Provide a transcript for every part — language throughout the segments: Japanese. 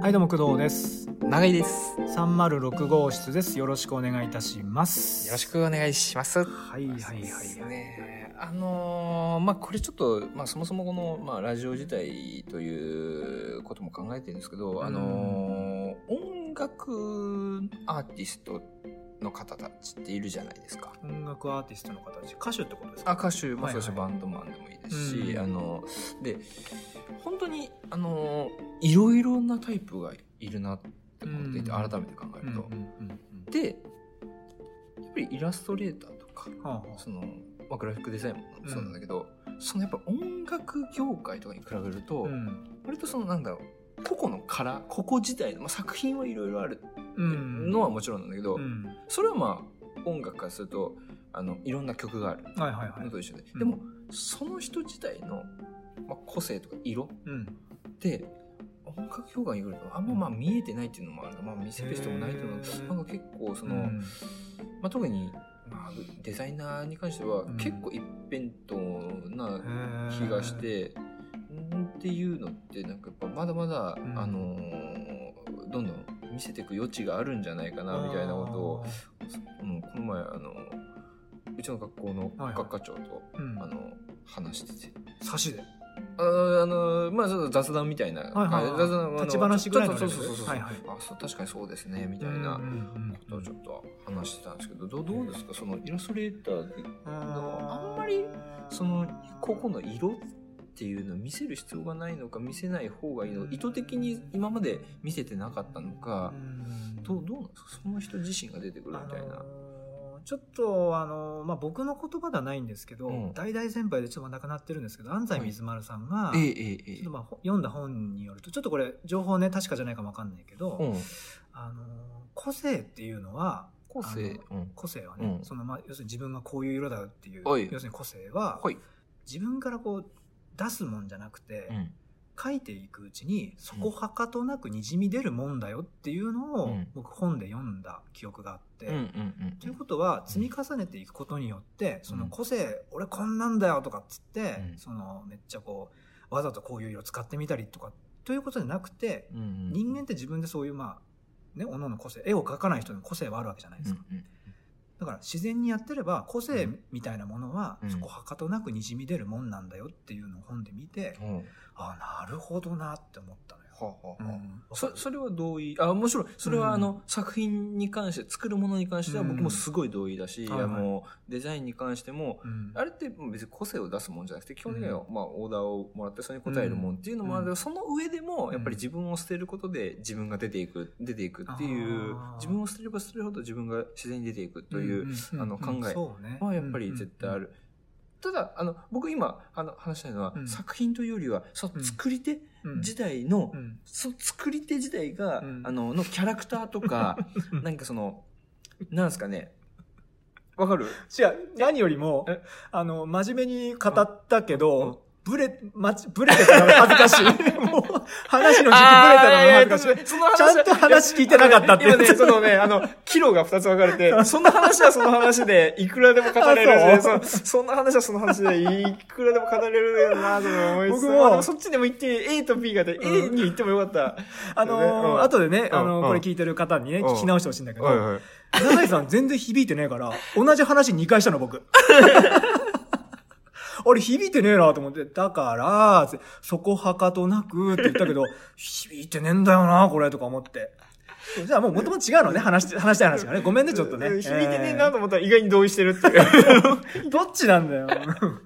はいどうも工藤です長井です。 306号室ですよろしくお願いいたしますよろしくお願いします。はいはいはいそうですはいね。あのーまあ、これちょっと、まあ、そもそもこの、まあ、ラジオ自体ということも考えてるんですけど、んあのー音楽アーティストの方たちっているじゃないですか。音楽アーティストの方たち歌手ってことですかあ歌手もそうだし、はいはバンドマンでもいいですし、うんあので本当にあのいろいろなタイプがいるなって思っていて、うん改めて考えうんうるんと。うんでやっぱりイラストレーターとかうんはあはその、まあ、グラフィックデザインもそうなんだけど、そのやっぱ音楽業界とかに比べると、あうん割とそのなんだろう個々の殻個々自体の、まあ、作品はいろいろあるうんのはもちろんなんだけど、うんそれはまあ音楽からするとあのいろんな曲があるはいはいはいのと一緒で、うんでもその人自体の、まあ、個性とか色うんって音楽業界に来るとあんままあ見えてないっていうのもあるのまあ、見せる人もないっていうのへーもなんか結構その、うんまあ、特に、まあ、デザイナーに関してはうん結構一辺倒なへー気がして、うんっていうのってなんかやっぱまだまだ、んあのーどんどん見せていく余地があるんじゃないかなみたいなことを、うん、この前あのうちの学校のはい学科長と、あーうんあの話してて。差しであのあのまあちょっと雑談みたいな、はいはいはい雑談あの立ち話ぐらいのちょっとそうそうそうそう、レベルはいあそう確かにそうですねみたいな、うんうんとちょっと話してたんですけどどどうですかそのイラストレーターであんまりその個々の色っていうのを見せる必要がないのか見せない方がいいのか意図的に今まで見せてなかったのかうんどうどうなんですかその人自身が出てくるみたいあなの。ーちょっとあのー、まあ、僕の言葉ではないんですけど、うん大々先輩でちょっと亡くなってるんですけど安西水丸さんが、ええええちょえっとまあほ読んだ本によるとちょっとこれ情報ね確かじゃないかもわかんないけど、え。うんあのー個性っていうのは個性。うん個性はね、うんそのまあ、要するに自分がこういう色だっていう、はい要するに個性は、はい。自分からこう出すもんじゃなくて、うん書いていくうちにそこはかとなくにじみ出るもんだよっていうのを、うん僕本で読んだ記憶があって。うんうんうんということは積み重ねていくことによってその個性、俺こんなんだよとかっつって、うんそのめっちゃこうわざとこういう色使ってみたりとかということじゃなくて、うんうん。人間って自分でそういうまあねおのの個性絵を描かない人にも個性はあるわけじゃないですか、うんうんだから自然にやってれば個性みたいなものは、うんそこはかとなくにじみ出るもんなんだよっていうのを本で見て、うんはあなるほどなって思ったのよ。あはあうはあんそそれは同意あもちろんそれうんはあの、作品に関して作るものに関してはうん僕もすごい同意だし、はいはいあのデザインに関してもうんあれって別に個性を出すもんじゃなくて基本的には、まあ、オーダーをもらってそれに応えるもんっていうのもあるけうど、んその上でもやっぱり自分を捨てることで自分が出ていく出ていくっていうあー自分を捨てれば捨てるほど自分が自然に出ていくという、んんんあの考えそうねはやっぱり絶対あうんうんうんる。ただあの僕今あの話したいのは、うん作品というよりはその作り手自体の、うんその作り手自体が、うんあの、のキャラクター とか、なんかその、なんですかね。わかる違う何よりもえあの真面目に語ったけどブレまちブレてたのが恥ずかし いもう話の軸ブレたのが恥ずかしいあーいやいやその話ちゃんと話聞いてなかったってい今うね、そのね、あの、キロが2つ分かれて、その話はその話で、いくらでも語れるし、あそそそんな話はその話で、いくらでも語れるよなと思いつつ僕もあでそっちでも行って、A と B があって、うん A に行ってもよかった。あのー後でね、うんあのうんこれ聞いてる方にね、うん聞き直してほしいんだけど、はいはい長井さん全然響いてねえから、同じ話2回したの僕。 あれ響いてねえなと思って、だから、つってそこはかとなくって言ったけど、響いてねえんだよな、これとか思って。そうじゃあもう元々違うのね、話して、話したい話がね。ごめんね、ちょっとね。響いてねえなと思ったら意外に同意してるってい う。えー どっちなんだよ。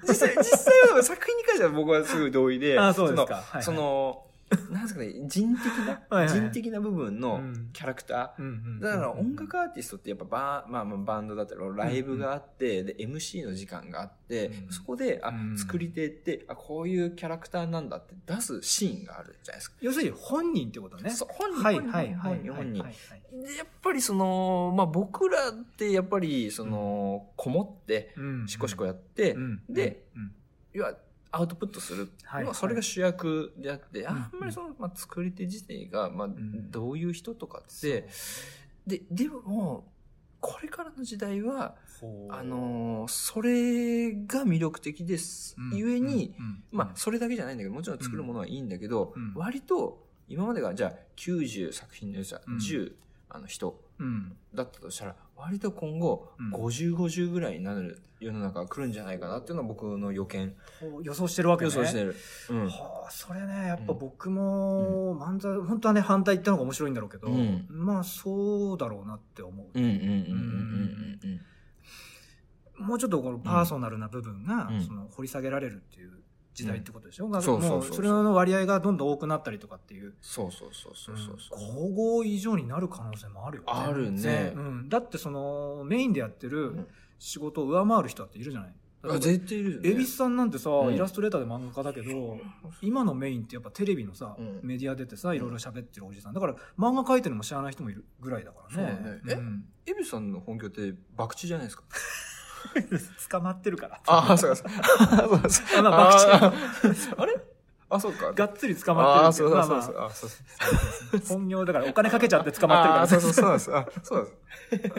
実際、実際は作品に関しては僕はすぐ同意で、あそうですか はいはいその、その、なんですかね、人的な、はいはい人的な部分うのんキャラクタうんうんうんー。だから音楽アーティストってやっぱバー、まあ、まあバンドだったりライブがあって、で MC の時間があって、うんそこであうん作り手ってあこういうキャラクターなんだって出すシーンがあるじゃないですか。要するに本人ってことね。そう本人、はい本人はいはい本はい人本人はいでやっぱりその、まあ、僕らってやっぱりその、こもってうんシコシコやって、うんで、うん要はアウトプットする、はいまあそれが主役であって、うんあんまりその、まあ、作り手自体が、まあんどういう人とかって、ででもこれからの時代はほうあのーそれが魅力的です、うんゆえに、うんうんまあそれだけじゃないんだけどもちろん作るものはいいんだけど、うん割と今までがじゃあ90作品のやつはうん10、あの人うん。だったとしたら割と今後うん5050ぐらいになる世の中が来るんじゃないかなっていうのは僕の予見こう予想してるわけね。予想してる、うん、はあ、それね、やっぱ僕も、漫才、本当はね、反対言ったのが面白いんだろうけど、うんまあ、そうだろうなって思う。うんうんうんうんうんもうちょっとこのパーソナルな部分が、うんその掘り下げられるっていう時代ってことでしょ、うそうそうそうそうもうそれの割合がどんどん多くなったりとかっていう。そうそうそうそうそうそううん皇后以上になる可能性もあるよね。あるね全然うん。だってその、メインでやってる仕事を上回る人だっているじゃないあ絶対いるよね恵比寿さんなんてさ、うんイラストレーターで漫画家だけど、今のメインってやっぱテレビのさ、うんメディア出てさ、いろいろ喋ってるおじさん。だから漫画描いてるのも知らない人もいるぐらいだからね。そうだねんエビさんの本業って博打じゃないですか。捕まってるから。ああ、そう か、そうか。あまあ博打。あれあ、そうか。がっつり捕あまあ、ってそるうけどだ、まあそうまだあそうだ。あそうだ本業だからお金かけちゃって捕まってるかあら、そうそうそうなんです。あ、そうなんです。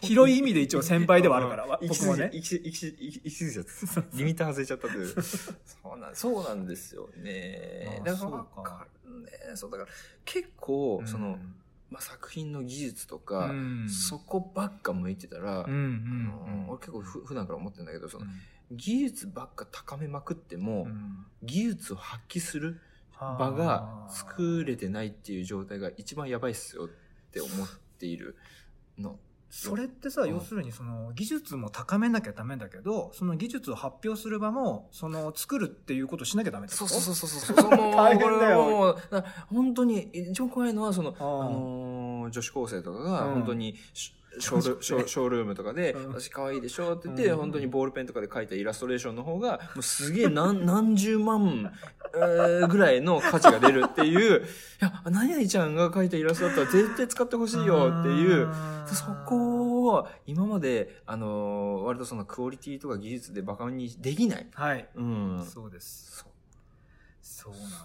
広い意味で一応先輩ではあるから、行き僕過もぎ、ね。行き過ぎ、行き過ぎ行き過ぎちゃった。リミッター外れちゃったという。そうなん、そうなんですよねあ。だかそらうかわかるね。そう、だから結構、その、まあ、作品の技術とうか、ん、そこばっか向いてたうん、うらんあのうん俺結構ふ普段から思ってるんだけど、その、技術ばっか高めまくっても、うん技術を発揮する場が作れてないっていう状態が一番やばいっすよって思っているの。それってさ、うん要するにその技術も高めなきゃダメだけど、その技術を発表する場も、その作るっていうことをしなきゃダメってこそとうそうそうそうそう。そ の大変だよこれもうな本当に、一番怖いのは、その、ああーのー女子高生とかが、うん本当にシュ、ショ ール、ショーショールームとかで、うん私可愛いでしょって言って、うん本当にボールペンとかで描いたイラストレーションの方が、もうすげえ何、何十万、えーぐらいの価値が出るっ ていう、いや、何々ちゃんが描いたイラストだったら絶対使ってほしいよっていう、あーそこを今まで、あのー割とそのクオリティとか技術でバカにできない。はい。うん。そうです。そうそうなんだよ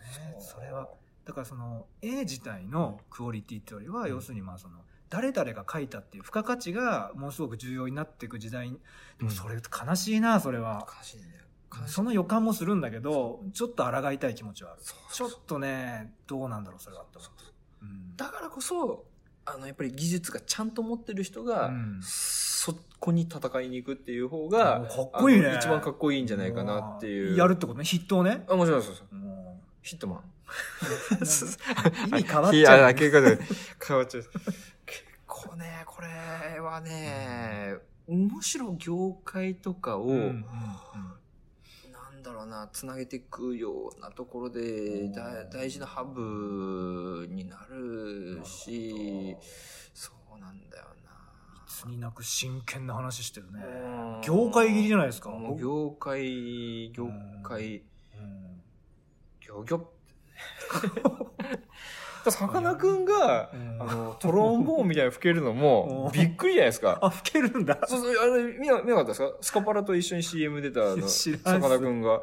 ね。そそうれは、だからその、絵自体のクオリティってよりは、ん要するにまあその、誰々が描いたっていう付加価値がものすごく重要になっていく時代に、でもそれ悲しいな、それは。悲しいんだよ。悲しいそ。の予感もするんだけど、ちょっと抗いたい気持ちはある。そうちょっとね、どうなんだろう、それはって思う。うんだからこそ、あの、やっぱり技術がちゃんと持ってる人が、うんそこに戦いに行くっていう方が、もうかっこいいねあの一番かっこいいんじゃないかなっていう。やるってことね、筆頭ね。あ、もちろんそうそう。もヒットマン。う 意味変わっいちゃや、う。結構ね、変わっちゃう。結構ね、これはね、むしろ業界とかを、うんうんうんなんだろうな、つなげていくようなところで、だ大事なハブになるし、そうなんだよつになく真剣な話してるね。な。業界切りじゃないですか。もう業界、業界、うん業業 って。さかなクンが、うんあの、トロンボーンみたいに吹けるのも、うんびっくりじゃないですか。あ、吹けるんだ。そうそう、あれ見な、見なかったですかスカパラと一緒に CM 出た、 あいの、や知さらないっすかなクンが。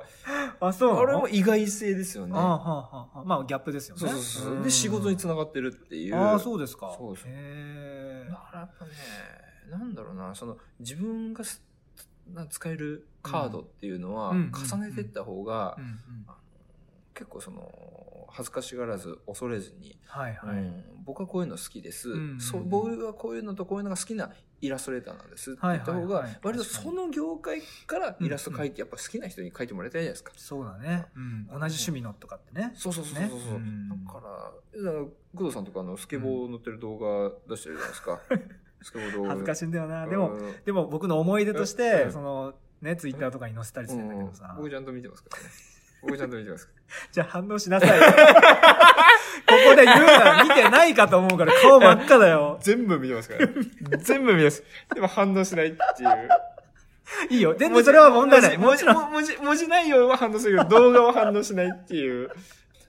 あ、そうなのあれも意外性ですよね。あはあはあはあまあ、ギャップですよね。そうそうそう。んで、仕事につながってるっていう。ああ、そうですか。そうですへえだからやっぱね、なんだろうな、その、自分がすな使えるカードっていうのは、うんうん重ねてった方が、うんうん結構その、恥ずかしがらず、恐れずに、はいはうい。ん僕はこういうの好きです、うんうんうんそう僕はこういうのとこういうのが好きなイラストレーターなんですっては言いったはいはい方が割とそ確かの業界からイラスト描いてやっぱ好きな人に描いてもらいたいじゃないですか。そうだね。うん同じ趣味のとかってね。そうそうそうそうそう、ねうんだからだから工藤さんとかあのスケボー乗ってる動画出してるじゃな いですか、スケボー動画恥ずかしいんだよな。うんでも、でも僕の思い出としうて、んその、ね、ツイッターとかに載せたりするんだけどうんさ。僕ちゃんと見てますからね僕ちゃんと見てますか じゃあ反応しなさい。ここで言うなら見てないかと思うから顔真っ赤だら。よ全部見てます から、ね、全部見てますでも反応しないっていういいよ。全然それは問題ない。も文ち字ろん。文字、文字内容は反応するけど、動画は反応しないっていう。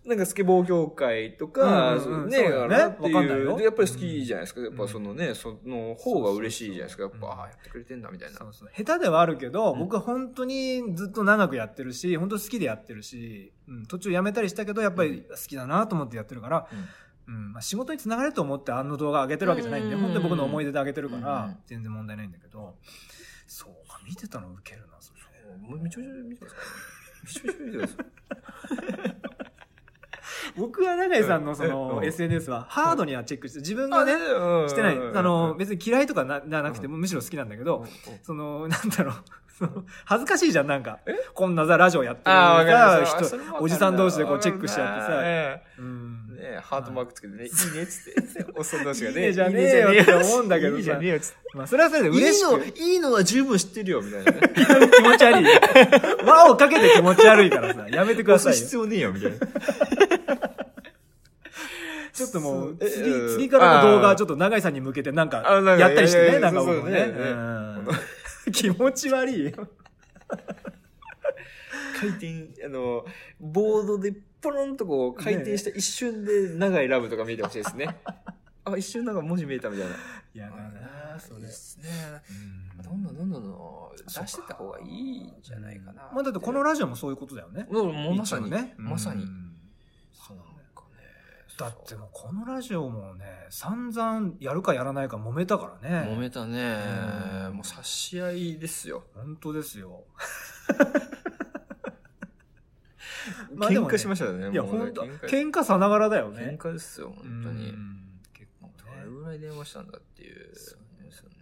なんかスケボー業界とか、うんうんうんね、そうだよねあるってわかんないいうよでやっぱり好きじゃないですか。やっうぱんそのね、その方が嬉しいじゃないですか。やっそうそうそうぱ、ああ、やってくれてんだみたいなそ。うそう下手ではあるけど、うん僕は本当にずっと長くやってるし、本当好きでやってるし、うん、途中やめたりしたけど、やっぱり好きだなと思ってやってるから、うんまあ、仕事につながると思ってあの動画上げてるわけじゃないんで、うん本当に僕の思い出で上げてるかうらん、全然問題ないんだけど、そうか、見てたのウケるな、それ。 もうめちゃめちゃ見てますからね。めちゃめちゃ見てます。僕は永井さんのそうんうのん SNS はハードにはチェックして、自分がね、してない。あの、別に嫌いとかなじゃなくても、むしろ好きなんだけど、その、なんだろう。 その恥ずかしいじゃん、なんかえ。こんなさ、ラジオやってるああ、わかさる。人。おじさん同士でこうチェックしちゃってさてうんねえハートマークつけてね、いいねっつ って。おっさん同士がね。いいねじゃねえよって思うんだけどさいいじゃねえよっつって。まあ、それはそれで嬉しく。いいのは十分知ってるよ、みた いなね。気持ち悪いよ。 輪をかけて気持ち悪いからさ、やめてくださいよ。要ねえよ、みたいな。ちょっともう、え次う、ん次からの動画あはーちょっと永井さんに向けてなんかあなん、かやったりしていやね、いやなんか僕もね。そうそうねうん 気持ち悪 いよ。 回転、あの、ボードでポロンとこう回転した一瞬で長いラブとか見えてほしいですね。あ、一瞬なんか文字見えたみたいな。嫌だなそれ。すね。どんどんどんどんどん出してった方がいいんじゃないかな。まあだってこのラジオもそういうことだよね。もうもうまさに一応ね。まさにう。んそうなんかね。だってもうこのラジオもね、散々やるかやらないか揉めたから揉ね。めたねう。んもう差し合いですよ。本当です よ。まあで喧もね嘩しましたよね。いや、もうね本当喧嘩喧嘩さながらだよ喧ね。嘩ですよ、本当にう。ん結構どれね。ぐらい電話したんだっていう。そうですよね。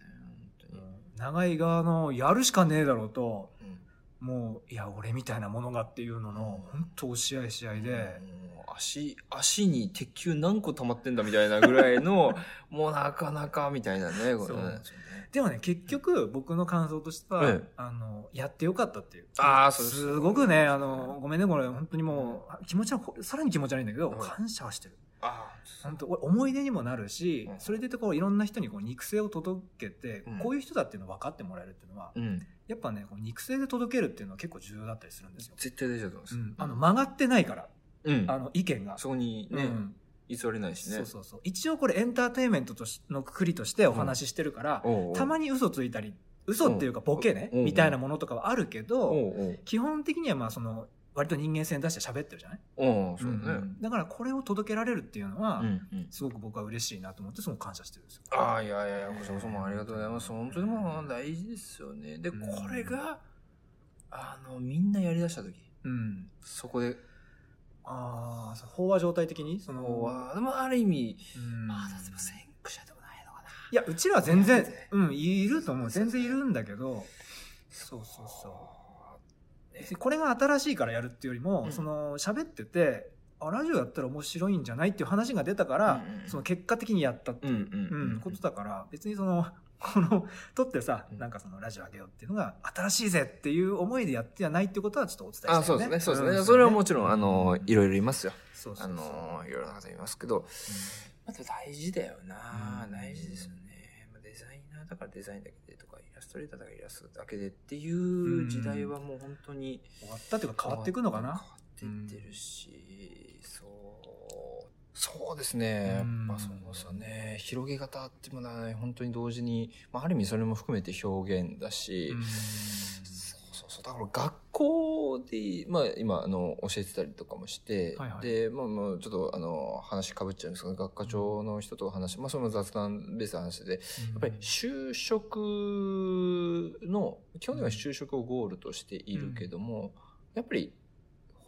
本長い側のやるしかねえだろうと、当に。うんもう、いや、俺みたいなものがっていうのの、本当押し合い試合で、もう足、足に鉄球何個溜まってんだみたいなぐらい の、もうなかなかみたいなね、これねそうでもね、結局、僕の感想としては、ええあの、やってよかったっていう。あーそうですすごくね、あの、ごめんね、これ、本当にもう、気持ちは、さらに気持ち悪いんだけど、うん感謝はしてる。あ本当俺思い出にもなるし、うんそれでこう、いろんな人にこう、肉声を届けて、うんこういう人だっていうのを分かってもらえるっていうのはあ、、うん。やっぱね、こう肉声で届けるっていうのは結構重要だったりするんですよ。絶対大丈夫だと思います。うんあの、曲がってないから、うん。あの、意見が。そこにうね、ん偽れないしね。そうそうそう。一応これエンターテインメントとしのくくりとしてお話ししてるから、おうおうたまに嘘ついたり、嘘っていうかボケね、うんうんみたいなものとかはあるけど、おうおう基本的にはまあその、割と人間性出して喋ってるじゃないおうそううだね。んだからこれを届けられるっていうのは、うんうん。すごく僕は嬉しいなと思って、すごく感謝してるんですよ。ああ、いやいやいや、こちらこそもうありがとうございます。本当にもう大事ですよね。で、うこんれが、あの、みんなやり出した時、うん。そこで、ああ、そう飽和状態的にその、こうは、でもある意味、うんまあ、でも先駆者でもないのかな。いや、うちらは全然全然、うん、いると思う。全然いるんだけど、そうそうそう。別にこれが新しいからやるっていうよりも、うんその、喋ってて、あ、ラジオやったら面白いんじゃないっていう話が出たから、うんうんその結果的にやったっていう、ううんんうんことだから、別にその、 この、撮ってさう、んなんかその、ラジオあげようっていうのが、新しいぜっていう思いでやってはないっていうことはちょっとお伝えしたい、あね。そうですね、そうですね。んそれはもちろん、あの、いろいろいますよ。そうそうあそうの、いろいろな方いますけど、また大事だよな、うん大事ですよね。まあデザイナーだからデザインだけでとか、イラストレーターだからイラストだけでっていう時代はもう本当に終わったというか変わっていくのかな。変わってってるし、そう。そうですね。うんまあそうですよね。広げ方っていうものはね、本当に同時に、まあある意味それも含めて表現だし、うんそうそうそう。だから学校で、まあ今、あの、教えてたりとかもして、はいはいで、まあまあ、ちょっと、あの、話かぶっちゃうんですけど、学科長の人と話、まあそれも雑談ベースの話で、やっぱり就職の、基本的には就職をゴールとしているけども、やっぱり、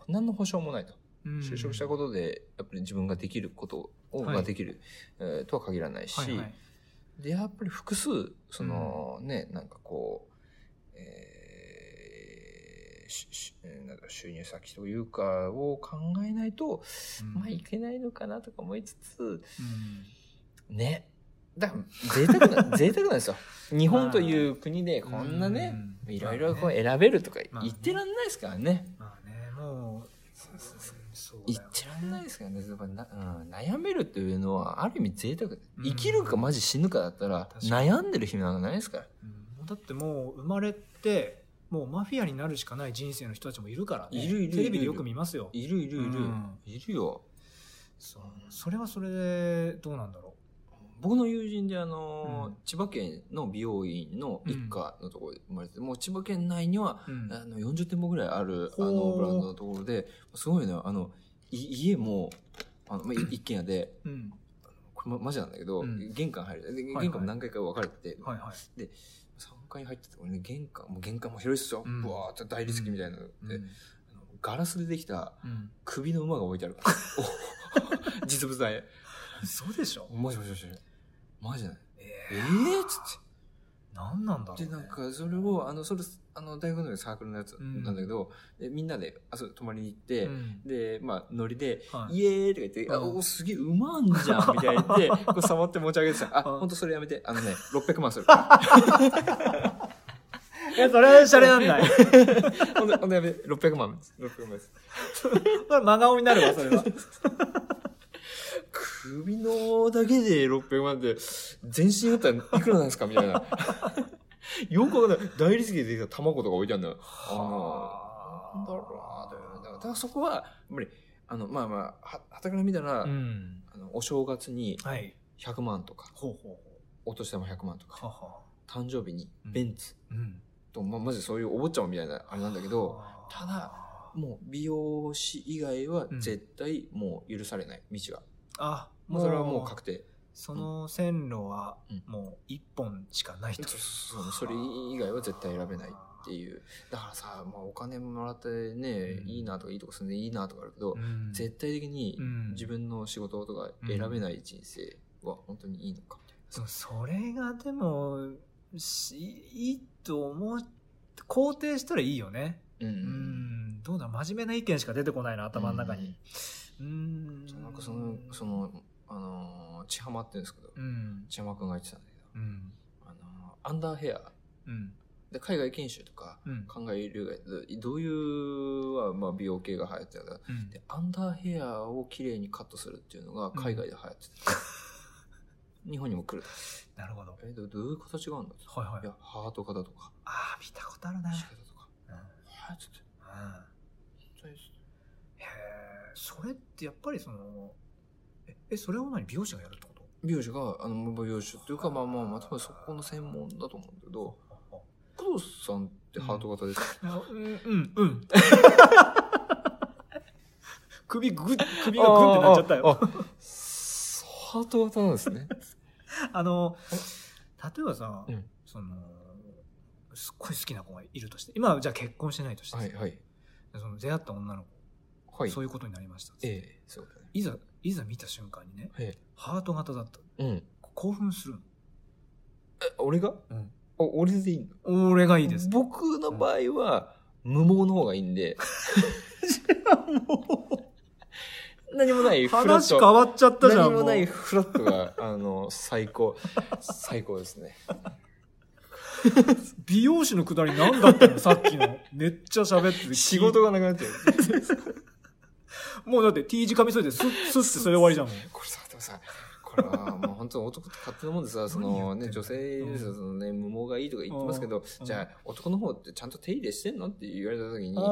何の保証もないと。うん就職したことで、やっぱり自分ができることを、はいができる、えーとは限らないし、はいはいで、やっぱり複数、その、ね、なんかこう、えーししなんか収入先というかを考えないと、うんまあいけないのかなとか思いつつ、うんね。だから、贅沢な、贅沢なん ですよ。日本という国でこんなね、うんいろいろこう選べるとかまあね言ってらんないですからね。まあね、もう、そうだ言よってらんないですからね。やっぱなうん、悩めるというのは、ある意味贅沢。生きるかマジ死ぬかだったら、確かに悩んでる暇なんかないですから。うんもうだってもう生まれて、もうマフィアになるしかない人生の人たちもいるからね。いるいるいるテレビでよく見ますよ。いるいるいる。うんいるよ。そうそれはそれで、どうなんだろ僕の友人であの、うん千葉県の美容院の一家のところで生まれてて、もう千葉県内には、う。うんあの40店舗ぐらいあるあほうのブランドのところですごいねあのい家もあの、まあ、い一軒家でうん。これ、ま、マジなんだけど、うん玄関入るでいはい玄関も何回か分かれてて、はいはい。 3階に入ってて俺ね玄関もう玄関も広いっすよ、うんぶわーって大理石みたいなので、うんあのガラスでできたうん。 首の馬が置いてある から。お実物大。そうでしょマジマジマジ。マジない。ええええー、つって。何なんだろう、ね。で、なんか、それを、あの、それ、あの、大学のサークルのやつうんなんだけど、でみんなで、あ、そう、泊まりに行っうて、ん、で、まあ、ノリで、はい。イエーイとか言って、あ、うんおー、すげえ、うまんじゃんみたい な言って、こう触って持ち上げてさ、あ、うんほんとそれやめて、あのね、600万するから。いや、それはシャレなんない。こほんと、ほんとやめて、600万です。600万です。れ真顔になるわ、それ は。首のだけで600万って、全身だったらいくらなんですかみたい な。よくわかんない。大理石でできた卵とか置いてあるんだよ。あはーなんだろうなだからだからそこは、やっぱり、あの、まあまあ、は、はたから見たら、うん。あのお正月にはい。 100万とか、ほうほお年玉100万とうか、ほう。はは。誕生日にベンツうん。と、まあ、まずそういうお坊ちゃまみたいなあれなんだけど、ただ、もう美容師以外は絶対もう許されない、道は。あ、ももう、うそれはもう確定。その線路はうん、もう一本しかないそうと。そうそうそれ以外は絶対選べないっていう。だからさ、まあ、お金もらってね、うんいいなとかいいとこ住んでいいなとかあるけど、うん絶対的にうん自分の仕事とか選べない人生は本当にいいのかみたいなでもそれがでもしいいと思う肯定したらいいよねうんううんうんんどうだ真面目な意見しか出てこないな頭の中にうんそうなんかその、その、あのー、千浜って言うんですけど、うん千浜くんが言ってたんだけど、うんあのー、アンダーヘアうんで海外研修とか、うん海外留学で、どういうは、まあ、美容系が流行ってたから、うんで、アンダーヘアを綺麗にカットするっていうのが海外で流行って た。日本にも来る。なるほどえ、どどういう形があるのはいはいいや、ハート型とか、ああ見たことあるな仕方とか。うんうんはぁ、ちょっと、本当にへえそれってやっぱりそのええそれを何美容師がやるってこと美容師が、あの、美容師というか、まあまあまあ、多分そこの専門だと思うんだけど、工藤さんってハート型ですか、あうんうんうん 首ぐっ首あがグンってなっちゃったよあああハート型なんです ね。あの、例えばさ、うんその、すっごい好きな子がいるとして、今はじゃあ結婚してないとして、はいはい。その出会った女の子、はい。そういういうことになりました、ええそうだね。いざ、いざ見た瞬間にね、えハート型だった。えうん。興奮するえ、俺がうんお俺でいいのの。俺がいいです。僕の場合は、無毛の方がいいんで。 何もないフラ話ッ変ト。わっちゃったじゃ何ん、ももうないフラットが、あの、最 高。最高ですね。美容師のくだり何だった のさっきの。めっちゃ喋ってて。仕事がなくなっちゃう。もうだって T 字カミソリでスッスッってそれ終わりじゃんもう。これさ、でもさ、これはもう本当に男って勝手なもんでさ、その 何言ね、ってんの女性ですよ、そのね、無毛がいいとか言ってますけど、うんじゃあ男の方ってちゃんと手入れしてんのって言われた時に、あ結あ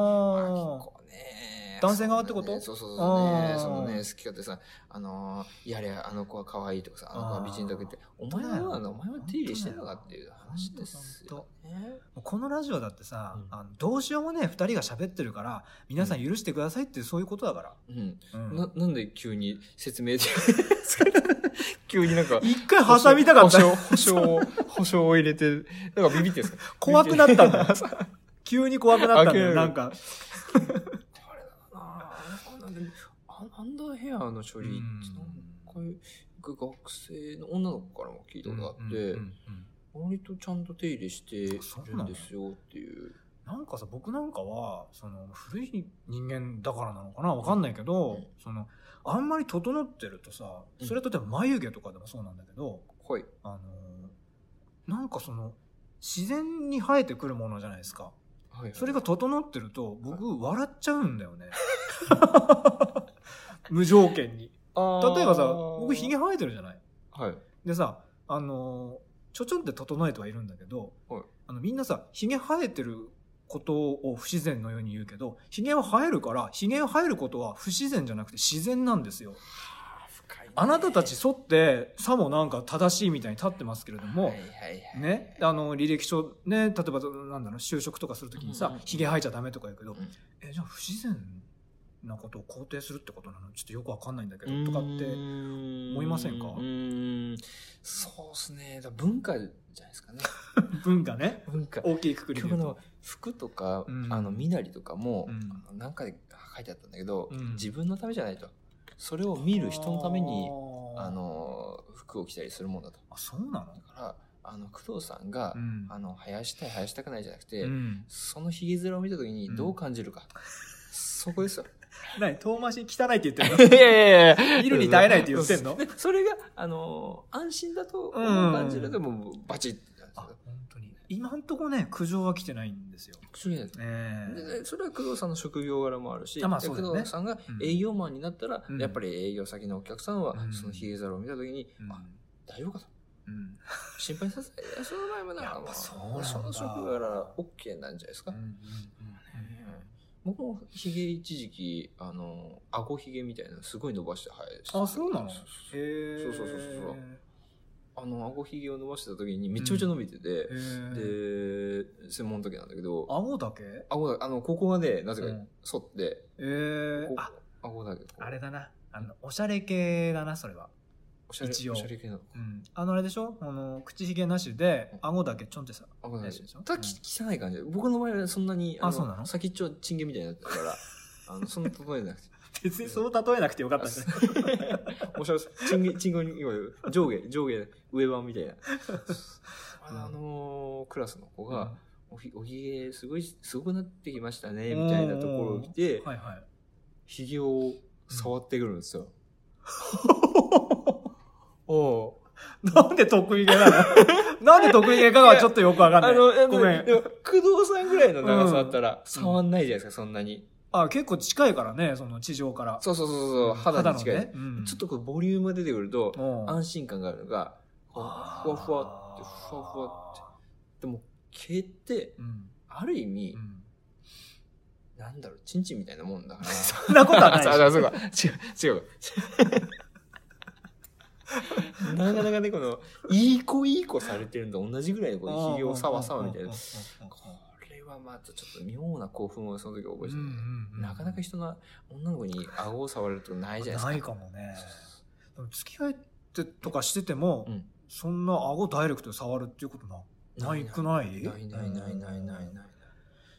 構ね。男性側ってことそうそうそうねあ。ーそのね、好き勝手さ、あのー、やれや、あの子は可愛いとかさ、あの子は美人だけって、お前はどうなのお前は手入れしてんのかっていう話ですよね。もうこのラジオだってさ、うんあのどうしようもねえ2人が喋ってるから皆さん許してくださいっていうそういうことだから、うん。うんな、なんで急に説明で 急になんか、一回挟みたかった保証、保証を、保証を入れて、なんかビビってんすか怖くなった んだよ急に怖くなったんだあ急よになんかあーなんでアンアンダーヘアの処理ってなんか、学生の女の子からも聞いたことがあって、うんうんうん割とちゃんと手入れしてるそうなのんですよっていう。なんかさ僕なんかはその古い人間だからなのかなわかんないけど、うんそのあんまり整ってるとさうんそれとても眉毛とかでもそうなんだけど、はい。あのなんかその自然に生えてくるものじゃないですかはいはいそれが整ってると僕笑っちゃうんだよね 無条件に例えばさ僕ひげ、生えてるじゃないあーはい。でさあのーちょちょんって整えてはいるんだけど、はいあのみんなさひげ生えてることを不自然のように言うけどひげは生えるからひげが生えることは不自然じゃなくて自然なんですよあなたたち剃ってさもなんか正しいみたいに立ってますけれども、はいはいはい、ね、あの履歴書ね例えばなんだろう就職とかするときにうんさうんひげ生えちゃダメとか言うけど、うんえじゃあ不自然なことを肯定するってことなのちょっとよくわかんないんだけどとかって思いませんかうーん。そうですね。だから文化じゃないですかね。文化ね文化大きいくくりで今言日うとの服とか、うんあの身なりとかも、うんあのなんかで書いてあったんだけど、うん自分のためじゃないとそれを見る人のためにあーあの服を着たりするもんだとあそうなのだからあの工藤さんが、うんあの生やしたい生やしたくないじゃなくて、うんそのひげ面を見た時うんにどう感じるか、そこですよ何遠回しに 汚いって言ってるのいやいやいや見るに耐えないって言ってんのでそれがあの安心だと思う感じるでもうバチッてなんで すあよ本当に今んとこね苦情は来てないんですよそういうやつええでそれは工藤さんの職業柄もあるし、あまあでそうだよね工藤さんが営業マンになったら、うんやっぱり営業先のお客さんはうんそのヒゲ猿を見た時に、あ大丈夫かとうん心配させないやその前まだやっぱそうなんだその職業柄 OK なんじゃないですか、うん僕もヒゲ一時期あの顎ひげみたいなのすごい伸ばして生えしてたあそうなのへそうえそうそうそうそうあの顎ひげを伸ばしてた時にめちゃめちゃ伸びてて、でで専門の時なんだけど顎だけえ顎だあのここがねなぜかうん反って、えこうあ顎だけこうあれだなあのおしゃれ系だなそれはおしゃれ一応おしゃれ系なのかうんあのあれでしょあの口ひげなしでうん顎だけちょんってさ顎だけやつでしょただき汚い感じで僕の場合はそんなにあのそうなの先っちょチンゲみたいになってるからあのそんな整えなくて別にそう例えなくてよかったん じゃないおしゃれチンゲチンゲに今言う上下上下上版みたいなあのークラスの子が、おひおひげすごいすごくなってきましたねみたいなところを見てはい はいひげを触ってくるんですよ、おなんで得意げ なのなんで得意げかはちょっとよくわかんない。のごめんでも工藤さんぐらいの長さだったら触んないじゃないですか、そんなにあ、結構近いからね、その地上から。そうそうそうそう肌に近い、肌のねうんちょっとこうボリュームが出てくるとうん安心感があるのがこうふわふわってふわふわってでも毛ってうん。ある意味、うんなんだろうチンチンみたいなもんだからそ そんなことはない あでそ うか違う違う かなかなかねこのいい子いい子されてるのと同じぐらいのこのひげをさわさわみたいなこれはまたちょっと妙な興奮をその時覚えてたね、なかなか人の女の子に顎を触れるとないじゃないですかないかもね。でも付き合いってとかしてても、うんそんな顎ダイレクトで触るっていうことな。ないくないないないないないないないない。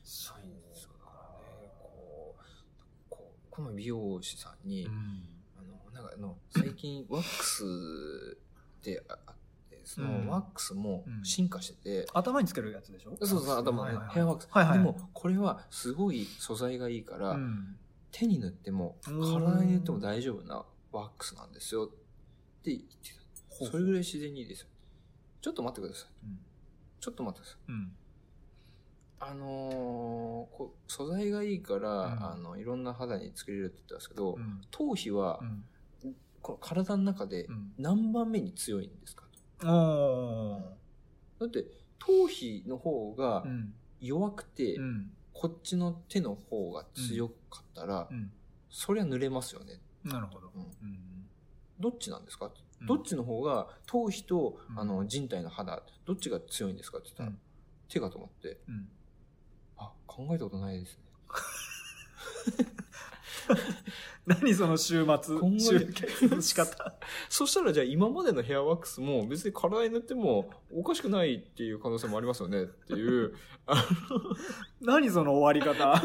そないんですよだからね、こう、こう、この美容師さんに、うんあの、なんかあの、最近ワックスってああって、そうんのワックスもうん進化してて、頭につけるやつでしょそうそう、頭はいねはいはいヘアワックス。はいはいでも、これはすごい素材がいいから、うん手に塗っても、体に塗っても大丈夫なワックスなんですよって言ってほうた。それぐらい自然にいいですよ。ちょっと待ってください。うんちょっと待ってくださうい。んあのーこう素材がいいから、んあのいろんな肌につけれるって言ったんですけど、うん頭皮は、うんこの体の中でうん何番目に強いんですかおーだって頭皮の方がうん弱くて、うんこっちの手の方が強かったら、うんそりゃ濡れますよね、なるほど。うんうんどっちなんですか、どっちの方が頭皮と、うんあの人体の肌どっちが強いんですかって言ったら、うん手かと思ってうんあ考えたことないですね何その週末こん、が集り結の仕方。そしたらじゃあ今までのヘアワックスも別に体に塗ってもおかしくないっていう可能性もありますよねって いう。何その終わり 方。あ、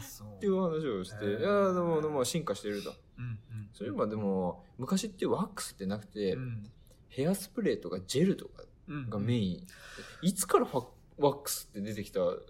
そう。っていう話をして、いへやーーでも、でも進化してると。うんそういえばでも、昔ってワックスってなくて、うんヘアスプレーとかジェルとかうんがメイン。いつからファワックスって出てきたっ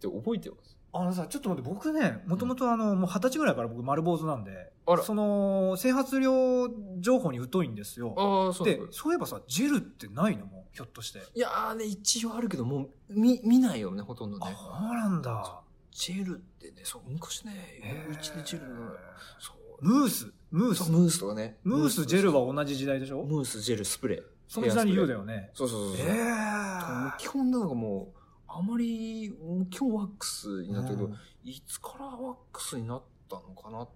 て覚えてますあのさ、ちょっと待って、僕ね、もともとあの、もう二十歳ぐらいから僕丸坊主なんであ、らその、整髪料情報に疎いんですよ。ああ、そうでなん、ですそういえばさ、ジェルってないのもうひょっとして。いやーね、一応あるけど、もう見見ないよね、ほとんどあ、ね。そうなんだ。ジェルってね、そう、昔ね、うちでジェルの、そうムース、ムーそスう。ムースとかね。ムース、ジェルは同じ時代でしょムース、ジェル、スプレー。その時代に言うだよ。よね。そうそうそうそう。だからもうえ基本なんかもう、あまり、もう基本ワックスえになったけど、うんいつからワックスになったのかな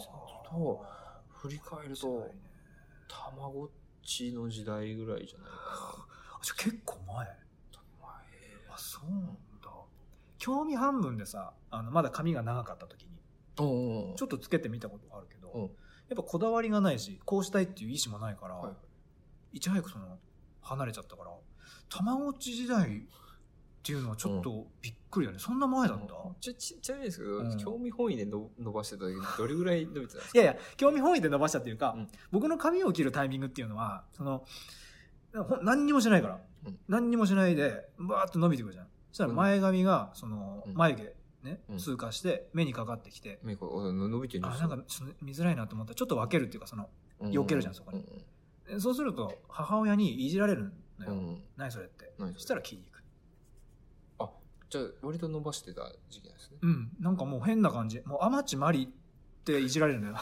はあ振り返ると、たまごっちの時代ぐらいじゃないか あじゃあ結構前な。あそうなんだ興味半分でさあのまだ髪が長かった時に前。うんうん。ちょっとつけてみたことがあるけど、うんやっぱこだわりがないしこうしたいっていう意思もないから、はいいち早くその離れちゃったからたまごっち時代っていうのはちょっとびっくりだね、そんな前だった、ちょちちなみにですけど、うん興味本位での伸ばしてた時どれぐらい伸びてたんですいやいや、興味本位で伸ばしたっていうか、うん僕の髪を切るタイミングっていうのは、その、ほん何にもしないから、うん何にもしないで、バーッと伸びてくるじゃん。そしたら前髪が、その、うん眉毛、ね、うん通過して、目にかかってきて、かこれ伸びてるあ、なんか、ちょっと見づらいなと思ったら、ちょっと分けるっていうか、その、避けるじゃんそこにえそうすると、母親にいじられるのうよ。ん、うん、何それって。何それそしたら筋肉。じゃあ割と伸ばしてた時期なんですねうん、なんかもう変な感じ。もう、アマチマリっていじられるのよ。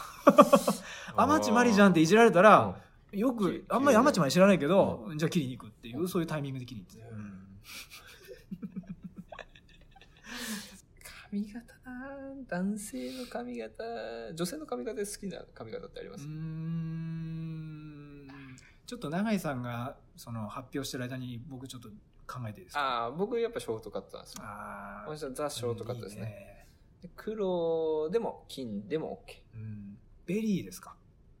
アマチマリじゃんっていじられたら、あよきく、あんまりアマチまで知らないけど、うじゃあ切りに行くっていう、うんそういうタイミングで切りに行ってたよ、髪型な男性の髪型女性の髪型で好きな髪型ってありまうす、ーん。ちょっと永井さんが、その、発表してる間に僕ちょっと考えていいですかああ僕やっぱショートカットなんですよあー私はザ・ショートカットですねいいねで黒でも金でも OK うん。ベリーですか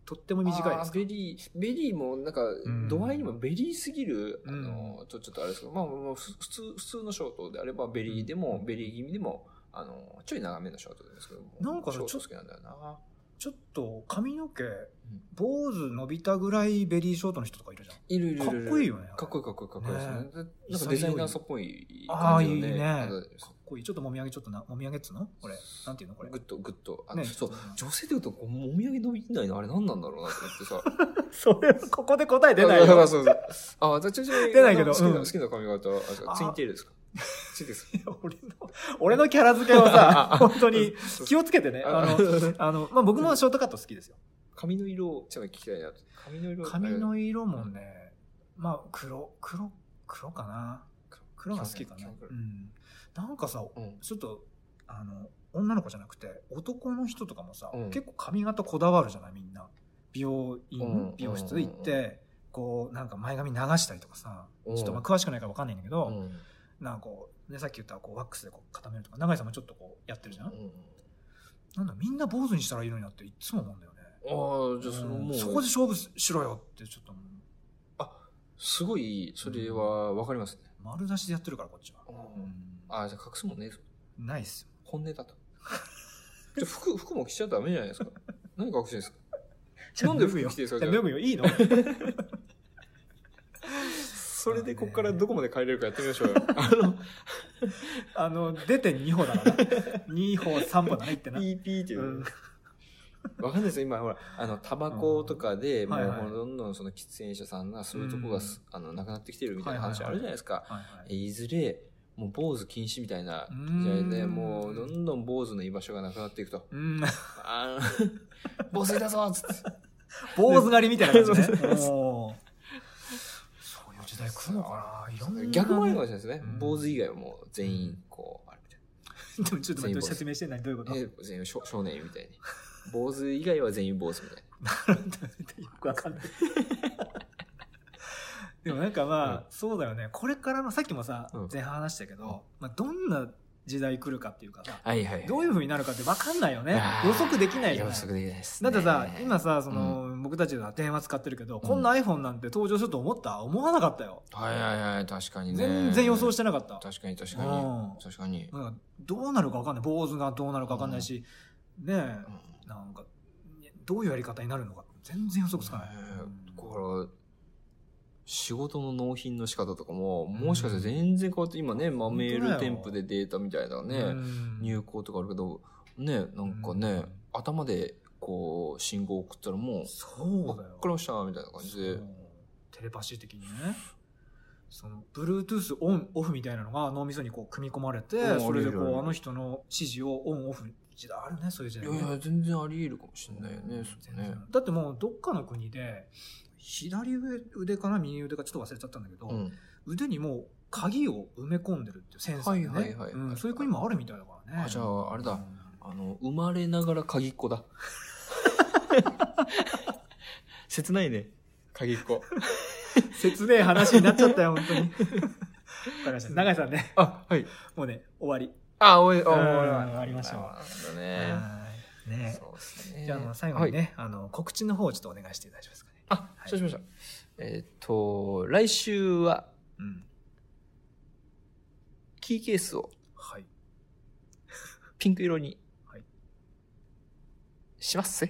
とっても短いですあーかベリー、ベリーもなんかん、度合いにもベリーすぎる、うんあの、ちょ、ちょっとあれですけど、まあ、もうふ普通、普通のショートであれば、ベリーでうもん、ベリー気味でも、あの、ちょい長めのショートですけども。なんかねショーちょト好きなんだよな。ちょっと髪の毛、坊主伸びたぐらいベリーショートの人とかいるじゃん。いるいるいるかっこいいよね。かっこいいかっこいいかっこいいですねね。でなんかデザイナーさっぽいああ、感じいいのね。ね。かっこいい。ちょっともみあげ、ちょっとな、もみあげっつうのこれ。なんていうのこれグ。ッと、グッと。あねそう、女性で言うと、こうもみあげ伸びないのあれ何なんだろうなと思って さ。それ、ここで答え出ないあだかよら。そうそう。あ、じゃあちょちょ出ないけど好きな、うん好きな髪型は、あじゃああツインテー ルですかツインテールですかいや 俺の、俺のキャラ付けを さ、本当にそう気をつけてね。あの、 あの、まあ、僕もショートカット好きですよ。髪の色をちょっと聞きたいなと。髪の色髪の色もね、まあ、黒、黒、黒かな。黒が好きかな。黒う黒ん。なんかさ、うん。ちょっと、あの、女の子じゃなくて、男の人とかもさ、うん結構髪型こだわるじゃない、みんな。美容院、うん美容室行って、うこう、なんか前髪流したりとかさ、うんちょっとまあ詳しくないからわかんないんだけど、うんなんかこう、ね、さっき言ったこうワックスでこう固めるとか、永井さんもちょっとこうやってるじゃん、なんだみんな坊主にしたらいいのになっていっつも思うんだよねああ、じゃあそのうんもう、そこで勝負しろよってちょっと思うすごい、それはわかりますね。丸出しでやってるからこっちは、うんああ、じゃあ隠すもんね、ないっすよ本音だと。 じゃあ服、服も着ちゃダメじゃないですか。何隠してんですかなんで服着てるんですかじゃあじゃ脱あぐよいいの それでこっからどこまで帰れるかやってみましょうよ。あの、あの出て2歩だから2 歩3歩だね ってな、ピーピーっていうう。んわかんないですよ、今、ほら、あの、タバコとかで、うんも、はいはいうどんどん、その、喫煙者さんが、そういうとこがす、あの、なくなってきてるみたいな話はいはいあはいるじゃないですか。はいはいえいずれ、もう、坊主禁止みたいなう時代んで、もう、どんどん坊主の居場所がなくなっていくと。うん、あー 坊主いたぞつって。坊主狩りみたいな感じね そうそうそうおーそういう時代来るのかないろんな逆もあるかもしれないですねうん。坊主以外はもう、全員、こう、あれみたいでもちょっと待って説明して何どういうことな。え全員、少少年みたいに。坊主以外は全員坊主みたい よくわかんない。でもなんかまあ、うんそうだよね。これからの、さっきもさ、うん前半話したけど、まあ、どんな時代来るかっていうかさ、な。はいはい。どういう風になるかってわかんないよねあ。ー予測できないよ予ね。測できないですだね。ってさ、今さ、その、僕たちが電話使ってるけど、こんな iPhone なんて登場すると思った思わなかったよ。はいはいはい、確かにね。全然予想してなかった。確かに確かうんに。確かに。なんかどうなるかわかんない。坊主がどうなるかわかんないし、ねうえ、んなんか、どういうやり方になるのか、全然予測つかない。ねうんだから、仕事の納品の仕方とかも、もしかしたら全然変わって、今ね、まあ、本当メだよール添付でデータみたいなうね、ん入稿とかあるけど、ね、なんかうねん、頭でこう、信号送ったらもう、そうだよあ。これ押したみたいな感じでそう。テレパシー的にね。その、Bluetooth オン、オフみたいなのが脳みそにこう組み込まれて、うんそれであるこよあるう、よあの人の指示をオン、オフ、時代あるね、そういう時代いやいね。や、全然あり得るかもしれないよね、そ全うね然。だってもう、どっかの国で、左腕かな、右腕か、ちょっと忘れちゃったんだけど、うん。腕にもう、鍵を埋め込んでるっていうセンサーがはいはねいはいはいうんそういう国もあるみたいだからね。あ、じゃあ、あれうだ。んあの、生まれながら鍵っ 子だ。切ないね。鍵っ子。切ねえ話になっちゃったよ、本当に。わかりました。永井さんね、あ、はい。もうね、終わり。あ、おい、おい、おい。うん終わりましょうなるほどね。はいねえそうですね。じゃああの最後にはい。ね、あの告知の方をちょっとお願いして大丈夫ですかね。あ、はい承知しました。えっと、来週はうん。キーケースをはい。ピンク色にはいします。